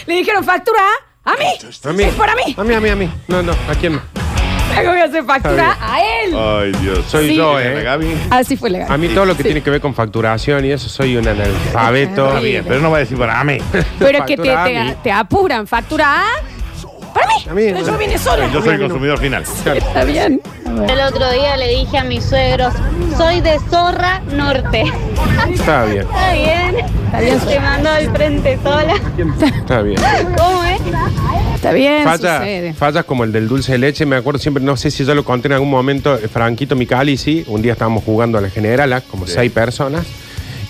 [SPEAKER 1] Le dijeron factura A. A mí.
[SPEAKER 3] A mí.
[SPEAKER 1] Es para mí.
[SPEAKER 3] A mí, a mí, a mí. No, no, ¿a quién?
[SPEAKER 1] <laughs> Tengo que hacer factura
[SPEAKER 3] Está
[SPEAKER 1] a él.
[SPEAKER 3] Ay, Dios. Soy
[SPEAKER 1] Sí.
[SPEAKER 3] yo, ¿eh?
[SPEAKER 1] Así fue legal.
[SPEAKER 3] A mí todo lo que
[SPEAKER 1] Sí.
[SPEAKER 3] tiene que ver con facturación y eso, soy un analfabeto.
[SPEAKER 1] Está bien,
[SPEAKER 3] pero no va a decir para
[SPEAKER 1] <laughs>
[SPEAKER 3] mí.
[SPEAKER 1] Pero que te, te, te apuran. Factura A. Para mí. Pero yo vine sola.
[SPEAKER 2] Yo soy el consumidor
[SPEAKER 1] <laughs>
[SPEAKER 2] final.
[SPEAKER 1] Está bien.
[SPEAKER 14] El otro día le dije a mis suegros, soy de Zorra Norte.
[SPEAKER 3] Está bien,
[SPEAKER 14] Está bien. Está
[SPEAKER 1] bien,
[SPEAKER 14] Te mando al frente sola.
[SPEAKER 3] está bien.
[SPEAKER 14] ¿Cómo es?
[SPEAKER 1] Está bien.
[SPEAKER 3] Fallas, fallas como el del dulce de leche, me acuerdo siempre, no sé si yo lo conté en algún momento, eh, Franquito Micali, sí, un día estábamos jugando a la generala, como
[SPEAKER 6] Sí.
[SPEAKER 3] seis personas,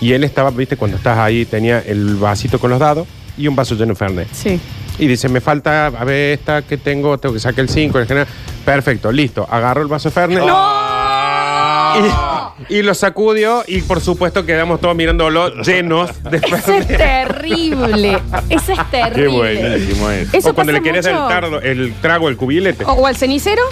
[SPEAKER 3] y él estaba, viste, cuando estás ahí, tenía el vasito con los dados y un vaso lleno de Fernet.
[SPEAKER 1] Sí.
[SPEAKER 3] Y dice, me falta, a ver, esta que tengo, tengo que sacar el 5, el general. Perfecto, listo, agarro el vaso de Fernet.
[SPEAKER 2] Ah.
[SPEAKER 3] Y, y lo sacudió y por supuesto quedamos todos mirándolo
[SPEAKER 2] <laughs>
[SPEAKER 3] llenos de
[SPEAKER 1] Eso es terrible. Eso es terrible.
[SPEAKER 3] es.
[SPEAKER 1] Eso
[SPEAKER 3] o cuando
[SPEAKER 1] pasa
[SPEAKER 3] le querés el,
[SPEAKER 1] mucho. Oh.
[SPEAKER 3] tardo, el trago, el cubilete.
[SPEAKER 1] O, o al cenicero.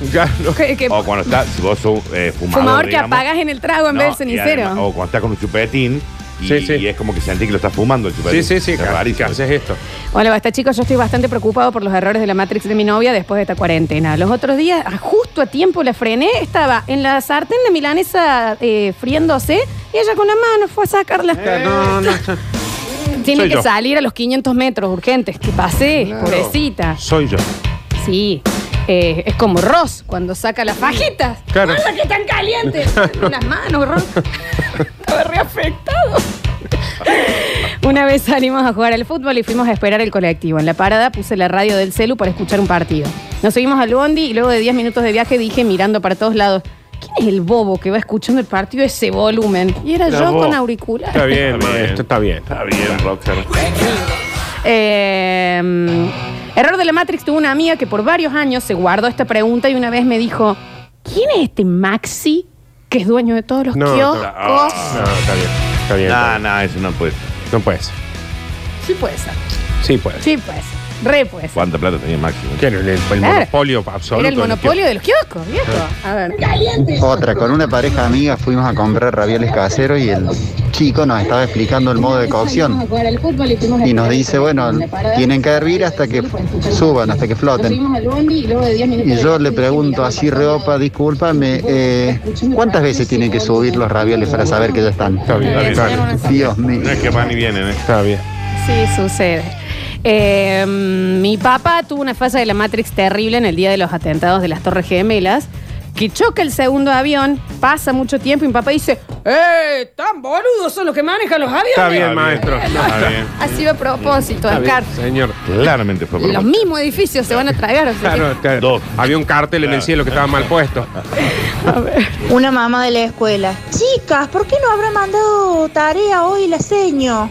[SPEAKER 1] Que- que-
[SPEAKER 2] O cuando estás, si vos sos eh, fumador,
[SPEAKER 1] fumador que
[SPEAKER 2] digamos,
[SPEAKER 1] apagas en el trago en
[SPEAKER 2] no,
[SPEAKER 1] vez del
[SPEAKER 2] y
[SPEAKER 1] cenicero.
[SPEAKER 2] además- o cuando estás con un chupetín y, y es como que sentís que lo estás fumando el chupetín.
[SPEAKER 3] Sí, sí, sí,
[SPEAKER 2] Es
[SPEAKER 3] que-
[SPEAKER 2] rarísimo.
[SPEAKER 3] que haces esto.
[SPEAKER 1] Hola, basta chicos, yo estoy bastante preocupado por los errores de la Matrix de mi novia después de esta cuarentena. Los otros días, a- justo a tiempo la frené, estaba en la sartén la milanesa eh, friéndose y ella con la mano fue a sacarla.
[SPEAKER 3] Eh, No, no,
[SPEAKER 1] Tiene
[SPEAKER 3] soy
[SPEAKER 1] que
[SPEAKER 3] yo.
[SPEAKER 1] salir a los 500 metros urgentes. Que pasé, pobrecita.
[SPEAKER 3] Soy yo.
[SPEAKER 1] Sí, eh, es como Ross cuando saca las fajitas.
[SPEAKER 3] Claro.
[SPEAKER 1] ¡Ay, que están
[SPEAKER 3] <laughs>
[SPEAKER 1] calientes! En unas manos, Ross. Estaba reafectado. Una vez salimos a jugar al fútbol y fuimos a esperar el colectivo. En la parada puse la radio del celu para escuchar un partido. Nos subimos al bondi y luego de 10 minutos de viaje dije mirando para todos lados, ¿quién es el bobo que va escuchando el partido a ese volumen? Y era
[SPEAKER 3] La
[SPEAKER 1] yo
[SPEAKER 3] voz.
[SPEAKER 1] con auricular.
[SPEAKER 3] Está bien, esto está bien.
[SPEAKER 2] Está bien, Roxanne.
[SPEAKER 1] Eh, mm, error de la Matrix tuvo una amiga que por varios años se guardó esta pregunta y una vez me dijo, ¿quién es este Maxi que es dueño de todos los
[SPEAKER 3] No,
[SPEAKER 1] kioscos?
[SPEAKER 2] Ah,
[SPEAKER 3] No, está bien. Está bien.
[SPEAKER 2] No, no, eso no puede.
[SPEAKER 3] No puede ser.
[SPEAKER 1] Sí puede ser,
[SPEAKER 3] Sí puede ser.
[SPEAKER 1] sí puede ser, re puede ser.
[SPEAKER 2] ¿Cuánta plata tenía máximo?
[SPEAKER 3] Claro, el, el
[SPEAKER 1] Claro.
[SPEAKER 3] monopolio absoluto.
[SPEAKER 1] Era el monopolio de los kioscos, viejo. A ver.
[SPEAKER 10] Otra, con una pareja amiga fuimos a comprar ravioles caseros y el chico nos estaba explicando el modo de cocción. Y nos dice, bueno, tienen que hervir hasta que suban, hasta que floten. Y yo le pregunto así, Reopa, discúlpame, eh, ¿cuántas veces tienen que subir los ravioles para saber que ya están?
[SPEAKER 2] bien, está bien.
[SPEAKER 10] Dios mío.
[SPEAKER 2] No es que van y vienen, ¿eh?
[SPEAKER 3] Está bien.
[SPEAKER 1] Sí, sucede. Eh, mm, mi papá tuvo una falla de la Matrix terrible en el día de los atentados de las Torres Gemelas, que choca el segundo avión, pasa mucho tiempo y mi papá dice, ¡Eh, tan boludos son los que manejan los aviones!
[SPEAKER 3] Está bien, maestro.
[SPEAKER 2] Está bien.
[SPEAKER 1] Ha sido a propósito,
[SPEAKER 3] Está bien,
[SPEAKER 1] Edgar.
[SPEAKER 3] señor.
[SPEAKER 2] Claramente fue
[SPEAKER 1] Los mismos edificios se van a tragar. así que-
[SPEAKER 3] Claro, claro. Había un cartel en el cielo que estaba mal puesto.
[SPEAKER 15] Una mamá de la escuela. Chicas, ¿por qué no habrá mandado tarea hoy la seño?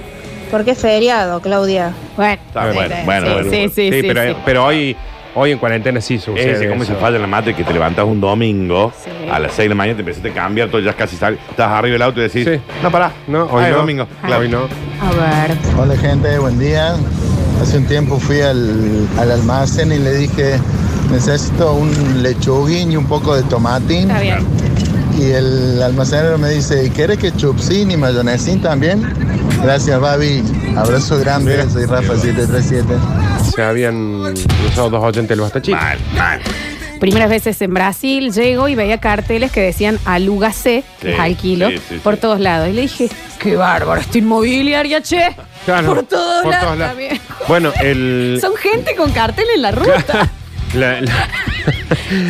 [SPEAKER 15] Porque es feriado, Claudia.
[SPEAKER 1] Bueno,
[SPEAKER 2] Está bueno, bueno, bueno.
[SPEAKER 3] pero, pero hoy, hoy en cuarentena sí sucede.
[SPEAKER 2] Ese, ¿cómo
[SPEAKER 3] eso.
[SPEAKER 2] se falla la madre que te levantas un domingo a las 6 de la mañana, te empezaste a cambiar, todo ya casi sal- estás arriba del auto y decís, no, pará,
[SPEAKER 3] no,
[SPEAKER 2] hoy
[SPEAKER 3] hoy no.
[SPEAKER 2] domingo. Claro.
[SPEAKER 3] Hoy no.
[SPEAKER 1] A ver.
[SPEAKER 16] Hola gente, buen día. Hace un tiempo fui al, al almacén y le dije, necesito un lechuguín y un poco de tomatín.
[SPEAKER 1] Está bien.
[SPEAKER 16] Y el almacenero me dice, ¿y quieres que chupsín y mayonesín también? Gracias, Babi. Abrazo grande, soy Rafa 737.
[SPEAKER 3] Se habían cruzado dos oyentes de los hasta chicos.
[SPEAKER 1] Primeras veces en Brasil llego y veía carteles que decían alúgase,
[SPEAKER 3] Sí,
[SPEAKER 1] al kilo,
[SPEAKER 3] sí, sí,
[SPEAKER 1] por todos lados. Y le dije, qué bárbaro, esta inmobiliaria, che.
[SPEAKER 3] Claro,
[SPEAKER 1] por todos
[SPEAKER 3] por
[SPEAKER 1] lados.
[SPEAKER 3] todos lados.
[SPEAKER 1] también.
[SPEAKER 3] Bueno, el.
[SPEAKER 1] <laughs> Son gente con cartel en la ruta.
[SPEAKER 3] la- la-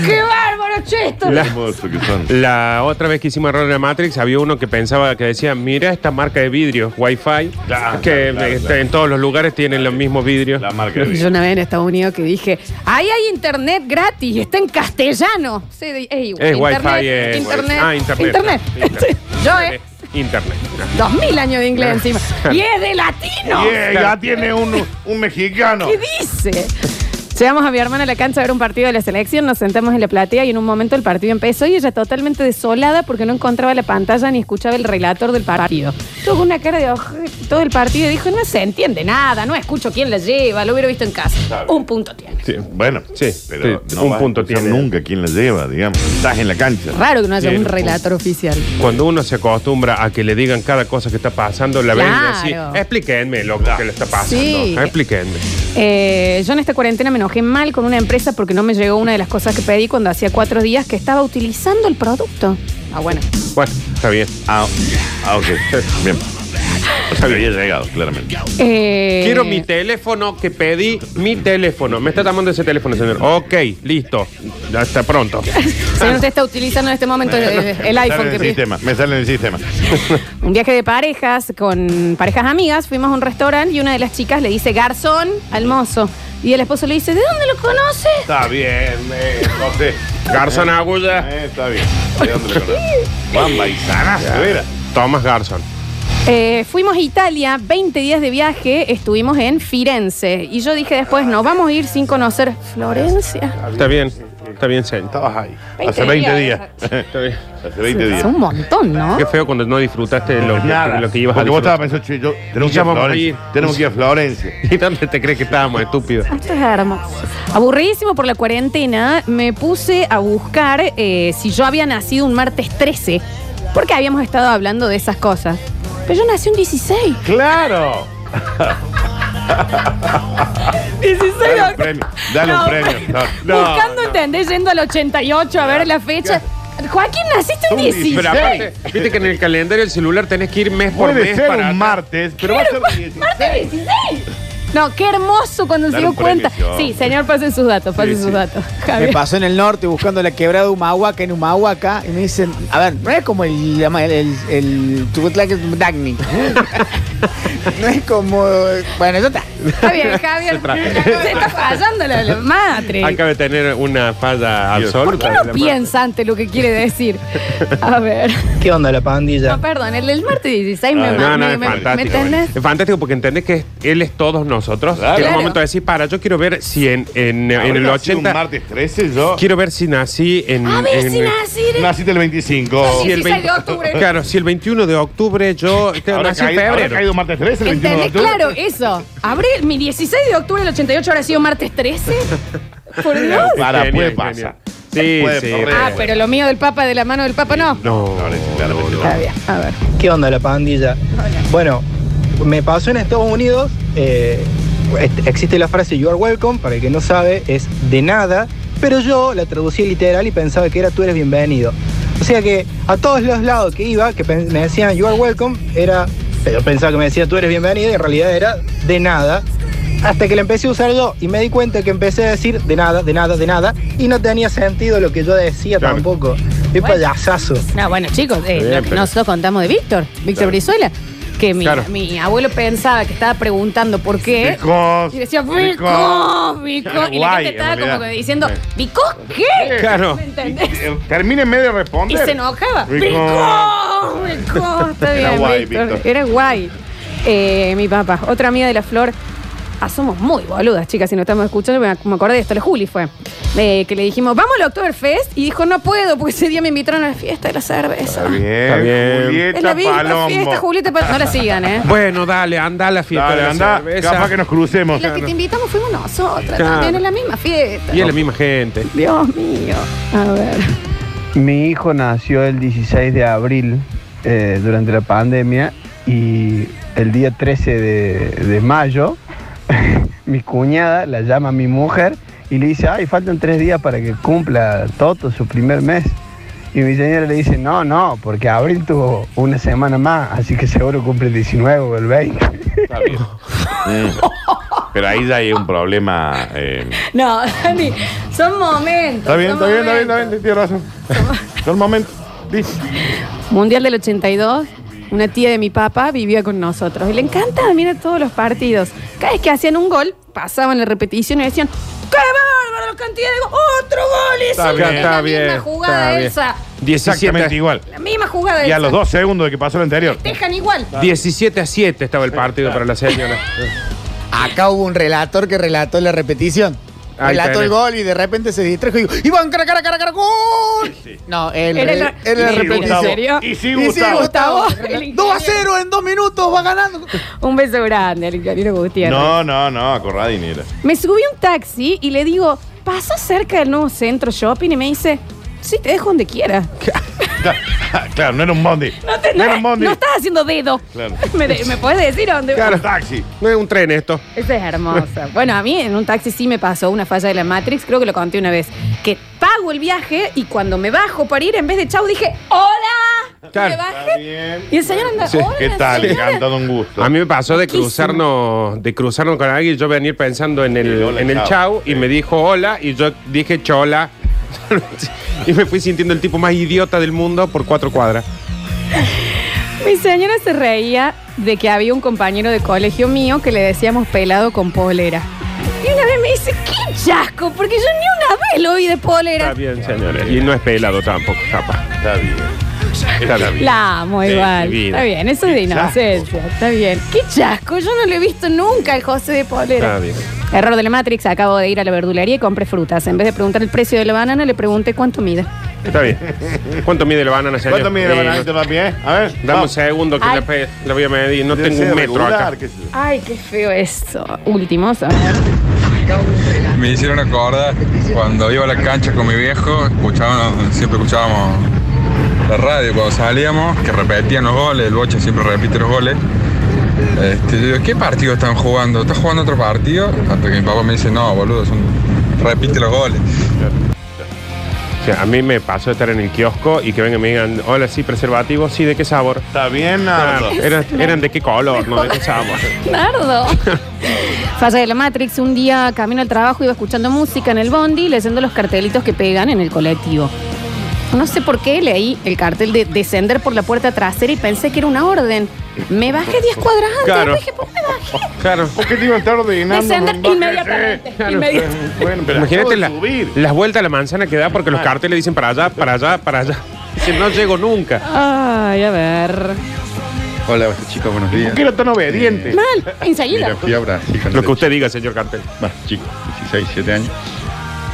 [SPEAKER 1] ¡Qué bárbaro, che! Esto
[SPEAKER 3] La-
[SPEAKER 2] Hermoso que son.
[SPEAKER 3] La otra vez que hicimos error en la Matrix, había uno que pensaba que decía, mira esta marca de vidrio, Wi-Fi, que
[SPEAKER 2] claro,
[SPEAKER 3] este,
[SPEAKER 2] claro.
[SPEAKER 3] en todos los lugares tienen los mismos vidrios. La
[SPEAKER 2] marca
[SPEAKER 3] <laughs>
[SPEAKER 1] Yo una vez en Estados Unidos que dije, ahí hay internet gratis, está en castellano. Sí, de- ey,
[SPEAKER 3] Es
[SPEAKER 1] internet,
[SPEAKER 3] Wi-Fi, es-
[SPEAKER 1] internet,
[SPEAKER 3] Ah, internet.
[SPEAKER 1] internet.
[SPEAKER 3] Internet.
[SPEAKER 1] <laughs> Yo, eh,
[SPEAKER 3] Internet.
[SPEAKER 1] dos mil años de inglés encima. Y es de latino.
[SPEAKER 2] Yeah, ya tiene un, un mexicano.
[SPEAKER 1] ¿Qué dice? Llevamos a mi hermana a la cancha a ver un partido de la selección, nos sentamos en la platea y en un momento el partido empezó y ella totalmente desolada porque no encontraba la pantalla ni escuchaba el relator del partido. Tuvo una cara de ojo todo el partido y dijo, no se entiende nada, no escucho quién la lleva, lo hubiera visto en casa. Un punto tiene.
[SPEAKER 2] Sí, bueno, sí, pero
[SPEAKER 3] sí,
[SPEAKER 2] no
[SPEAKER 3] un
[SPEAKER 2] vas a
[SPEAKER 3] punto
[SPEAKER 2] escuchar
[SPEAKER 3] tiene.
[SPEAKER 2] nunca quién la lleva, digamos. Estás en la cancha.
[SPEAKER 1] Raro que no haya
[SPEAKER 3] Sí,
[SPEAKER 1] un
[SPEAKER 3] un
[SPEAKER 1] relator oficial.
[SPEAKER 3] Cuando uno se acostumbra a que le digan cada cosa que está pasando, la ven y
[SPEAKER 1] Claro.
[SPEAKER 3] así, explíquenme lo que le está pasando,
[SPEAKER 1] Sí.
[SPEAKER 3] explíquenme.
[SPEAKER 1] Eh, yo en esta cuarentena me enojé mal con una empresa porque no me llegó una de las cosas que pedí cuando hacía cuatro días que estaba utilizando el producto. Ah, bueno.
[SPEAKER 3] Bueno, está bien.
[SPEAKER 2] Ah, ah, ok. Bien. O sea, que había llegado, claramente.
[SPEAKER 1] Eh,
[SPEAKER 3] Quiero mi teléfono que pedí, mi teléfono. Me está tomando ese teléfono, señor. Ok, listo.
[SPEAKER 1] <laughs>
[SPEAKER 3] Hasta pronto.
[SPEAKER 1] Si no te está utilizando en este momento eh, el iPhone
[SPEAKER 2] Me sale
[SPEAKER 1] que
[SPEAKER 2] en el
[SPEAKER 1] pides.
[SPEAKER 2] sistema, me sale en el sistema.
[SPEAKER 1] Un viaje de parejas con parejas amigas, fuimos a un restaurante y una de las chicas le dice garzón al mozo. Y el esposo le dice, ¿de dónde lo conoce?
[SPEAKER 2] Está bien, eh, José.
[SPEAKER 3] Garzón
[SPEAKER 2] Eh,
[SPEAKER 3] Agulla.
[SPEAKER 2] eh, está bien. ¿De dónde lo conoces? Juan Baizanazo, era.
[SPEAKER 3] Thomas Garson.
[SPEAKER 1] Eh, fuimos a Italia, 20 días de viaje, estuvimos en Firenze. Y yo dije después, no, vamos a ir sin conocer Florencia.
[SPEAKER 3] Está bien, está bien, Sen. Estabas ahí.
[SPEAKER 1] 20 Hace 20 días.
[SPEAKER 3] <laughs> Está bien.
[SPEAKER 2] Hace
[SPEAKER 1] Es un montón, ¿no?
[SPEAKER 3] Qué feo cuando no disfrutaste de lo, que-
[SPEAKER 2] Nada.
[SPEAKER 3] lo que ibas a
[SPEAKER 2] Porque vos
[SPEAKER 3] disfrutar.
[SPEAKER 2] estabas pensando, che, yo, tenemos
[SPEAKER 3] Y
[SPEAKER 2] que ir
[SPEAKER 3] ya
[SPEAKER 2] a
[SPEAKER 3] vamos a
[SPEAKER 2] Florencia.
[SPEAKER 3] ir.
[SPEAKER 2] Tenemos que ir a Florencia.
[SPEAKER 3] ¿Y dónde <laughs> te crees que estábamos, estúpido?
[SPEAKER 1] Esto es hermoso. Aburridísimo por la cuarentena, me puse a buscar eh, si yo había nacido un martes 13, porque habíamos estado hablando de esas cosas. Pero yo nací un 16.
[SPEAKER 2] ¡Claro!
[SPEAKER 1] 16
[SPEAKER 2] Dale un
[SPEAKER 1] octubre.
[SPEAKER 2] premio. Dale
[SPEAKER 1] No, <laughs>
[SPEAKER 2] un premio. No, no,
[SPEAKER 1] Buscando,
[SPEAKER 2] no.
[SPEAKER 1] ¿entendés? Yendo al 88 a ver la fecha. Joaquín, naciste un
[SPEAKER 2] Un
[SPEAKER 1] 16.
[SPEAKER 3] Pero aparte, viste que en el calendario del celular tenés que ir mes por
[SPEAKER 2] Puede
[SPEAKER 3] mes
[SPEAKER 2] ser
[SPEAKER 3] para
[SPEAKER 2] un martes, pero va a ser
[SPEAKER 1] Martes 16. No, qué hermoso cuando se
[SPEAKER 5] Dale
[SPEAKER 1] dio
[SPEAKER 5] un premio,
[SPEAKER 1] cuenta.
[SPEAKER 5] sí,
[SPEAKER 1] Sí,
[SPEAKER 5] hombre.
[SPEAKER 1] señor, pasen sus datos, pasen sus datos.
[SPEAKER 5] Me
[SPEAKER 1] Javier.
[SPEAKER 5] pasó en el norte buscando la quebrada de Humahuaca en Humahuaca y me dicen, a ver, no es como el llama- el, el, el Tucutlac-Dagni. No es como. Bueno, ya está.
[SPEAKER 1] Está bien, Javier.
[SPEAKER 3] Se tra-
[SPEAKER 1] Se está fallando la, la madre.
[SPEAKER 3] Acaba de tener una falla absoluta.
[SPEAKER 1] ¿Por qué no piensa ante lo que quiere decir? A ver.
[SPEAKER 9] ¿Qué onda la pandilla?
[SPEAKER 1] No, perdón, el del martes 16 me,
[SPEAKER 3] Ah, no, no,
[SPEAKER 1] me- me-
[SPEAKER 3] es
[SPEAKER 1] me
[SPEAKER 3] fantástico.
[SPEAKER 1] tenés-
[SPEAKER 3] Es fantástico porque entendés que él es todos nosotros.
[SPEAKER 2] Claro.
[SPEAKER 3] Que en un
[SPEAKER 2] Claro.
[SPEAKER 3] momento de decir, para, yo quiero ver si en, en, en el
[SPEAKER 2] Habrá nacido
[SPEAKER 3] 80.
[SPEAKER 2] un martes 13 yo?
[SPEAKER 3] Quiero ver si nací en.
[SPEAKER 1] A ver
[SPEAKER 3] en- eh,
[SPEAKER 1] si nací de-
[SPEAKER 2] Naciste el 25.
[SPEAKER 3] si el
[SPEAKER 1] 16 de
[SPEAKER 3] 20
[SPEAKER 1] octubre.
[SPEAKER 3] Claro, si el 21 de octubre yo claro,
[SPEAKER 2] Habrá
[SPEAKER 3] nací en
[SPEAKER 2] caído- habrá
[SPEAKER 3] febrero.
[SPEAKER 2] caído martes 13, el 21 de
[SPEAKER 1] ¿Entendés?
[SPEAKER 2] octubre.
[SPEAKER 1] Claro, eso. Abril, mi 16 de octubre del 88 habrá sido martes 13. Por Dios.
[SPEAKER 2] Para,
[SPEAKER 3] Genial,
[SPEAKER 2] puede
[SPEAKER 3] genial.
[SPEAKER 2] pasar.
[SPEAKER 3] Sí,
[SPEAKER 2] Puede
[SPEAKER 3] sí.
[SPEAKER 2] correr.
[SPEAKER 1] Ah, pero lo mío del Papa, de la mano del Papa, no.
[SPEAKER 3] No,
[SPEAKER 1] Está bien, a ver.
[SPEAKER 9] ¿Qué onda la pandilla? Bueno, me pasó en Estados Unidos, eh, est- existe la frase you are welcome, para el que no sabe, es de nada, pero yo la traducí literal y pensaba que era tú eres bienvenido. O sea que a todos los lados que iba, que pen- me decían you are welcome, era, pero pensaba que me decía tú eres bienvenido y en realidad era de nada. Hasta que la empecé a usar yo y me di cuenta que empecé a decir de nada, de nada, de nada y no tenía sentido lo que yo decía tampoco. Qué payasazo.
[SPEAKER 1] No, bueno, chicos, eh,
[SPEAKER 9] pues Bien,
[SPEAKER 1] lo que
[SPEAKER 9] pero-
[SPEAKER 1] nosotros contamos de Víctor, Víctor Brizuela, que mi,
[SPEAKER 9] Claro.
[SPEAKER 1] mi abuelo pensaba que estaba preguntando por qué. ¿eh?
[SPEAKER 2] Because,
[SPEAKER 1] y decía, Vico,
[SPEAKER 2] because".
[SPEAKER 1] Vico. Y la
[SPEAKER 2] Guay,
[SPEAKER 1] gente estaba
[SPEAKER 2] en
[SPEAKER 1] como
[SPEAKER 2] realidad.
[SPEAKER 1] que diciendo,
[SPEAKER 2] Sí.
[SPEAKER 1] ¿Vico qué?
[SPEAKER 2] Claro.
[SPEAKER 1] ¿Me entendés?
[SPEAKER 2] Eh, Termina en medio de
[SPEAKER 1] Y
[SPEAKER 2] responder.
[SPEAKER 1] se enojaba.
[SPEAKER 2] Vico.
[SPEAKER 1] Vico, Vico.
[SPEAKER 2] <laughs>
[SPEAKER 1] Está
[SPEAKER 2] Era
[SPEAKER 1] bien,
[SPEAKER 2] guay,
[SPEAKER 1] Víctor.
[SPEAKER 2] Víctor.
[SPEAKER 1] Era guay. Eh, mi papá, otra amiga de la flor. Ah, somos muy boludas, chicas, si no estamos escuchando, me ac- me acordé de esto, la Juli fue. eh, que le dijimos, vamos al Oktoberfest, y dijo, no puedo, porque ese día me invitaron a la fiesta de la cerveza.
[SPEAKER 2] Está bien.
[SPEAKER 3] Está bien.
[SPEAKER 2] Julieta
[SPEAKER 1] Es la misma
[SPEAKER 2] Palombo.
[SPEAKER 1] fiesta, Julieta Palombo. No la sigan,
[SPEAKER 2] <laughs>
[SPEAKER 1] ¿eh?
[SPEAKER 3] Bueno, dale, anda a la fiesta.
[SPEAKER 2] Dale,
[SPEAKER 3] de la
[SPEAKER 2] anda,
[SPEAKER 3] cerveza.
[SPEAKER 2] capaz que nos
[SPEAKER 1] Y
[SPEAKER 2] crucemos.
[SPEAKER 1] la que te invitamos fuimos nosotras,
[SPEAKER 3] Claro.
[SPEAKER 1] también en la misma fiesta.
[SPEAKER 3] Y es la misma gente.
[SPEAKER 1] Dios mío. A ver.
[SPEAKER 12] Mi hijo nació el 16 de abril eh, durante la pandemia y el día 13 de, de mayo <laughs> mi cuñada la llama a mi mujer y le dice, ay, faltan tres días para que cumpla Toto su primer mes. Y mi señora le dice, no, no, porque abril tuvo una semana más, así que seguro cumple el 19 o el 20. <laughs>
[SPEAKER 2] Pero ahí ya hay un problema. eh,
[SPEAKER 1] No, Dani, son momentos.
[SPEAKER 2] Está bien,
[SPEAKER 1] son
[SPEAKER 2] está bien, está bien, está
[SPEAKER 1] momentos.
[SPEAKER 2] bien, tienes razón. Son momentos. Dice.
[SPEAKER 1] Mundial del 82, una tía de mi papá vivía con nosotros. Y le encantaba mirar todos los partidos. Cada vez que hacían un gol, pasaban la repetición y decían, ¡qué bárbaro la cantidad de goles! ¡Otro gol! hizo
[SPEAKER 2] Está
[SPEAKER 1] el
[SPEAKER 2] bien,
[SPEAKER 1] Mundial!
[SPEAKER 2] está
[SPEAKER 1] la
[SPEAKER 2] bien,
[SPEAKER 1] misma jugada
[SPEAKER 2] está bien.
[SPEAKER 1] Elsa.
[SPEAKER 3] 17.
[SPEAKER 2] Exactamente igual.
[SPEAKER 1] La misma jugada
[SPEAKER 2] Y
[SPEAKER 1] Elsa.
[SPEAKER 2] a los dos segundos de que pasó el anterior.
[SPEAKER 1] Tejan igual.
[SPEAKER 3] 17 a
[SPEAKER 2] <laughs>
[SPEAKER 3] 7 estaba el partido para la señora.
[SPEAKER 5] Acá hubo un relator que relató la repetición.
[SPEAKER 3] Ahí
[SPEAKER 5] relató
[SPEAKER 3] tenés.
[SPEAKER 5] el gol y de repente se distrajo y dijo, ¡Iván, cara, cara, cara, cara, gol! No, él
[SPEAKER 1] Era el-
[SPEAKER 5] él era
[SPEAKER 1] ¿Y
[SPEAKER 5] la
[SPEAKER 1] sí,
[SPEAKER 5] repetición.
[SPEAKER 1] Gustavo? ¿Y sí, Gustavo? El
[SPEAKER 5] 2 a 0 en 2 minutos, va ganando.
[SPEAKER 1] Un beso grande al ingeniero Gutiérrez.
[SPEAKER 2] No, no, no, a Corradini era.
[SPEAKER 1] Me subí a un taxi y le digo, pasa cerca del nuevo centro shopping y me dice, sí, te dejo donde quiera.
[SPEAKER 2] <laughs> claro, no era un Bondi.
[SPEAKER 1] No, te- no-
[SPEAKER 2] era un Bondi.
[SPEAKER 1] no estás haciendo dedo.
[SPEAKER 2] Claro.
[SPEAKER 1] <laughs> ¿Me, de- me podés decir a dónde
[SPEAKER 3] Claro.
[SPEAKER 1] voy?
[SPEAKER 2] Taxi.
[SPEAKER 3] No es un tren esto.
[SPEAKER 1] Esa es hermosa. Bueno, a mí en un taxi sí me pasó una falla de la Matrix, creo que lo conté una vez, que pago el viaje y cuando me bajo para ir, en vez de chau, dije, hola.
[SPEAKER 3] Claro.
[SPEAKER 1] Me bajé. Y el señor anda,
[SPEAKER 3] Sí.
[SPEAKER 1] hola.
[SPEAKER 2] ¿Qué tal?
[SPEAKER 1] señora".
[SPEAKER 2] Encantado un gusto.
[SPEAKER 3] A mí me pasó de
[SPEAKER 1] Riquísimo.
[SPEAKER 3] cruzarnos, de cruzarnos con alguien y yo venir pensando en el,
[SPEAKER 2] hola,
[SPEAKER 3] en el
[SPEAKER 2] chao.
[SPEAKER 3] chau y me dijo hola y yo dije chola. <laughs> y me fui sintiendo el tipo más idiota del mundo por cuatro cuadras.
[SPEAKER 1] Mi señora se reía de que había un compañero de colegio mío que le decíamos pelado con polera. Y una vez me dice, qué chasco, porque yo ni una vez lo vi de polera.
[SPEAKER 3] Está bien, señores. Y no es pelado tampoco, capaz.
[SPEAKER 2] Está bien.
[SPEAKER 3] Está bien.
[SPEAKER 1] La amo
[SPEAKER 3] Sí,
[SPEAKER 1] igual.
[SPEAKER 3] divino.
[SPEAKER 1] Está bien, eso es de
[SPEAKER 3] Qué chasco.
[SPEAKER 1] inocencia. Está bien. Qué chasco, yo no lo he visto nunca el José de polera.
[SPEAKER 3] Está bien.
[SPEAKER 1] Error de la Matrix, acabo de ir a la verdulería y compré frutas. En vez de preguntar el precio de la banana, le pregunté cuánto mide.
[SPEAKER 3] Está bien. ¿Cuánto mide la banana, señor?
[SPEAKER 2] ¿Cuánto mide la
[SPEAKER 3] Eh,
[SPEAKER 2] banana, papi, eh? A ver.
[SPEAKER 3] Dame un segundo que
[SPEAKER 1] Ay.
[SPEAKER 3] la, pe- la voy a medir. No tengo un metro acá.
[SPEAKER 1] Ay, qué feo esto. Últimos, a ver.
[SPEAKER 17] Me hicieron acordar cuando iba a la cancha con mi viejo, escuchábamos, siempre escuchábamos la radio cuando salíamos, que repetían los goles, el boche siempre repite los goles. Este, yo digo, ¿qué partido están jugando? ¿Estás jugando otro partido? Hasta que mi papá me dice, no, boludo, son- repite los goles.
[SPEAKER 3] O sea, a mí me pasó de estar en el kiosco y que vengan y me digan, hola, sí, preservativo, sí, ¿de qué sabor?
[SPEAKER 2] Está bien,
[SPEAKER 3] Nardo.
[SPEAKER 2] Nardo.
[SPEAKER 3] Eran, eran de qué color, no, de qué sabor.
[SPEAKER 1] Nardo. Falla de la Matrix, un día camino al trabajo iba escuchando música en el bondi y leyendo los cartelitos que pegan en el colectivo. No sé por qué leí el cartel de descender por la puerta trasera y pensé que era una orden. Me bajé 10 cuadras antes.
[SPEAKER 3] Claro.
[SPEAKER 1] dije, ¿por qué me bajé?
[SPEAKER 3] Claro.
[SPEAKER 2] ¿Por qué te iban tarde, Nardo?
[SPEAKER 1] Descender
[SPEAKER 2] Bájese.
[SPEAKER 1] inmediatamente,
[SPEAKER 2] Claro.
[SPEAKER 1] inmediatamente.
[SPEAKER 2] Bueno, pero
[SPEAKER 3] Imagínate la-
[SPEAKER 2] acabo de subir.
[SPEAKER 3] las vueltas a la manzana que da porque los
[SPEAKER 2] Claro.
[SPEAKER 3] carteles dicen para allá, para allá, para
[SPEAKER 2] <laughs>
[SPEAKER 3] allá. Dicen, no llego nunca.
[SPEAKER 1] Ay, a ver.
[SPEAKER 18] Hola chicos, buenos días.
[SPEAKER 2] ¿Por qué era tan obediente?
[SPEAKER 1] Mal, enseguida.
[SPEAKER 18] Mira, fui a Brasil.
[SPEAKER 3] Lo que usted diga, señor cartel.
[SPEAKER 18] Más chico, 16, 17 años.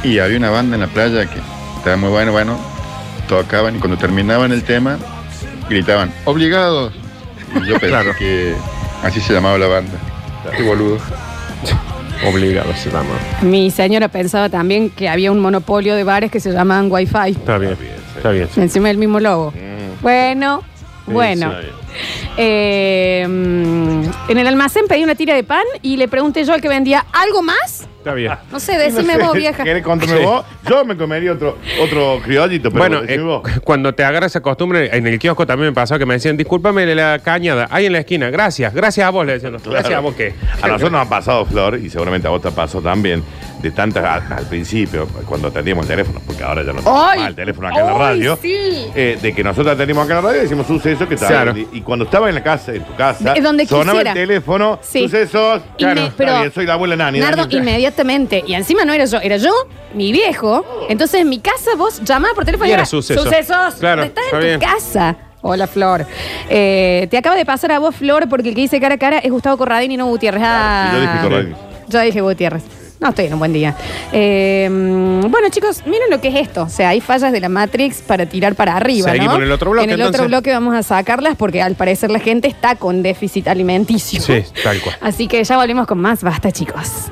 [SPEAKER 18] Y había una banda en la playa que estaba muy bueno, bueno. Tocaban y cuando terminaban el tema, gritaban, obligados.
[SPEAKER 17] <laughs>
[SPEAKER 18] Y yo pensé que así se llamaba la banda. Qué boludo.
[SPEAKER 3] Obligado se llama.
[SPEAKER 1] Mi señora pensaba también que había un monopolio de bares que se llamaban Wi-Fi.
[SPEAKER 3] Está bien, está bien.
[SPEAKER 1] Encima del mismo logo. Bueno,
[SPEAKER 3] Sí,
[SPEAKER 1] bueno.
[SPEAKER 3] sí.
[SPEAKER 1] Eh, mm, en el almacén pedí una tira de pan y le pregunté yo al que vendía algo más.
[SPEAKER 3] Está bien.
[SPEAKER 1] No sé, decime
[SPEAKER 2] No sé,
[SPEAKER 1] vos, vieja.
[SPEAKER 2] ¿Querés contarme
[SPEAKER 3] Sí.
[SPEAKER 2] vos? Yo me comería otro, otro criollito, pero
[SPEAKER 3] Bueno,
[SPEAKER 2] bueno, decime
[SPEAKER 3] eh,
[SPEAKER 2] vos.
[SPEAKER 3] cu- <laughs> cuando te agarras esa costumbre, en el kiosco también me pasó que me decían, discúlpame la cañada, ahí en la esquina, gracias, gracias a vos, le decían, gracias a vos qué.
[SPEAKER 2] A nosotros nos ha pasado, Flor, y seguramente a vos te pasó también, de tantas, a- al principio, cuando atendíamos el teléfono, porque ahora ya no tenemos
[SPEAKER 1] ¡Ay!
[SPEAKER 2] más el teléfono acá en la
[SPEAKER 1] ¡Ay,
[SPEAKER 2] radio,
[SPEAKER 1] sí!
[SPEAKER 2] eh, de que nosotros atendíamos acá en la radio y decimos sucesos que estaba.
[SPEAKER 3] Claro.
[SPEAKER 2] Y cuando estaba en la casa, en tu casa,
[SPEAKER 1] Eh, donde
[SPEAKER 2] sonaba
[SPEAKER 1] quisiera.
[SPEAKER 2] el teléfono,
[SPEAKER 1] Sí.
[SPEAKER 2] sucesos,
[SPEAKER 1] Y me-
[SPEAKER 2] claro,
[SPEAKER 1] pero-
[SPEAKER 2] está bien, soy la abuela Nani.
[SPEAKER 1] Nardo,
[SPEAKER 2] Dani,
[SPEAKER 1] inmediatamente. Y encima no era yo, era yo, mi viejo. Entonces en mi casa vos llamabas por teléfono
[SPEAKER 3] Y
[SPEAKER 1] y
[SPEAKER 3] era
[SPEAKER 1] era,
[SPEAKER 3] suceso.
[SPEAKER 1] Sucesos.
[SPEAKER 3] Claro,
[SPEAKER 1] Estás
[SPEAKER 3] está
[SPEAKER 1] en tu
[SPEAKER 3] bien.
[SPEAKER 1] casa. Hola, Flor. Eh, te acaba de pasar a vos, Flor, porque el que dice cara a cara es Gustavo Corradini y no Gutiérrez. Ah.
[SPEAKER 2] y yo dije Corradini.
[SPEAKER 1] Yo dije Gutiérrez. No, estoy en un buen día. Eh, mm, bueno, chicos, miren lo que es esto. O sea, hay fallas de la Matrix para tirar para arriba.
[SPEAKER 3] Seguimos
[SPEAKER 1] ¿no?
[SPEAKER 3] en el otro bloque,
[SPEAKER 1] En el
[SPEAKER 3] entonces.
[SPEAKER 1] otro bloque vamos a sacarlas porque al parecer la gente está con déficit alimenticio.
[SPEAKER 3] Sí, tal cual.
[SPEAKER 1] Así que ya volvemos con más. Basta, chicos.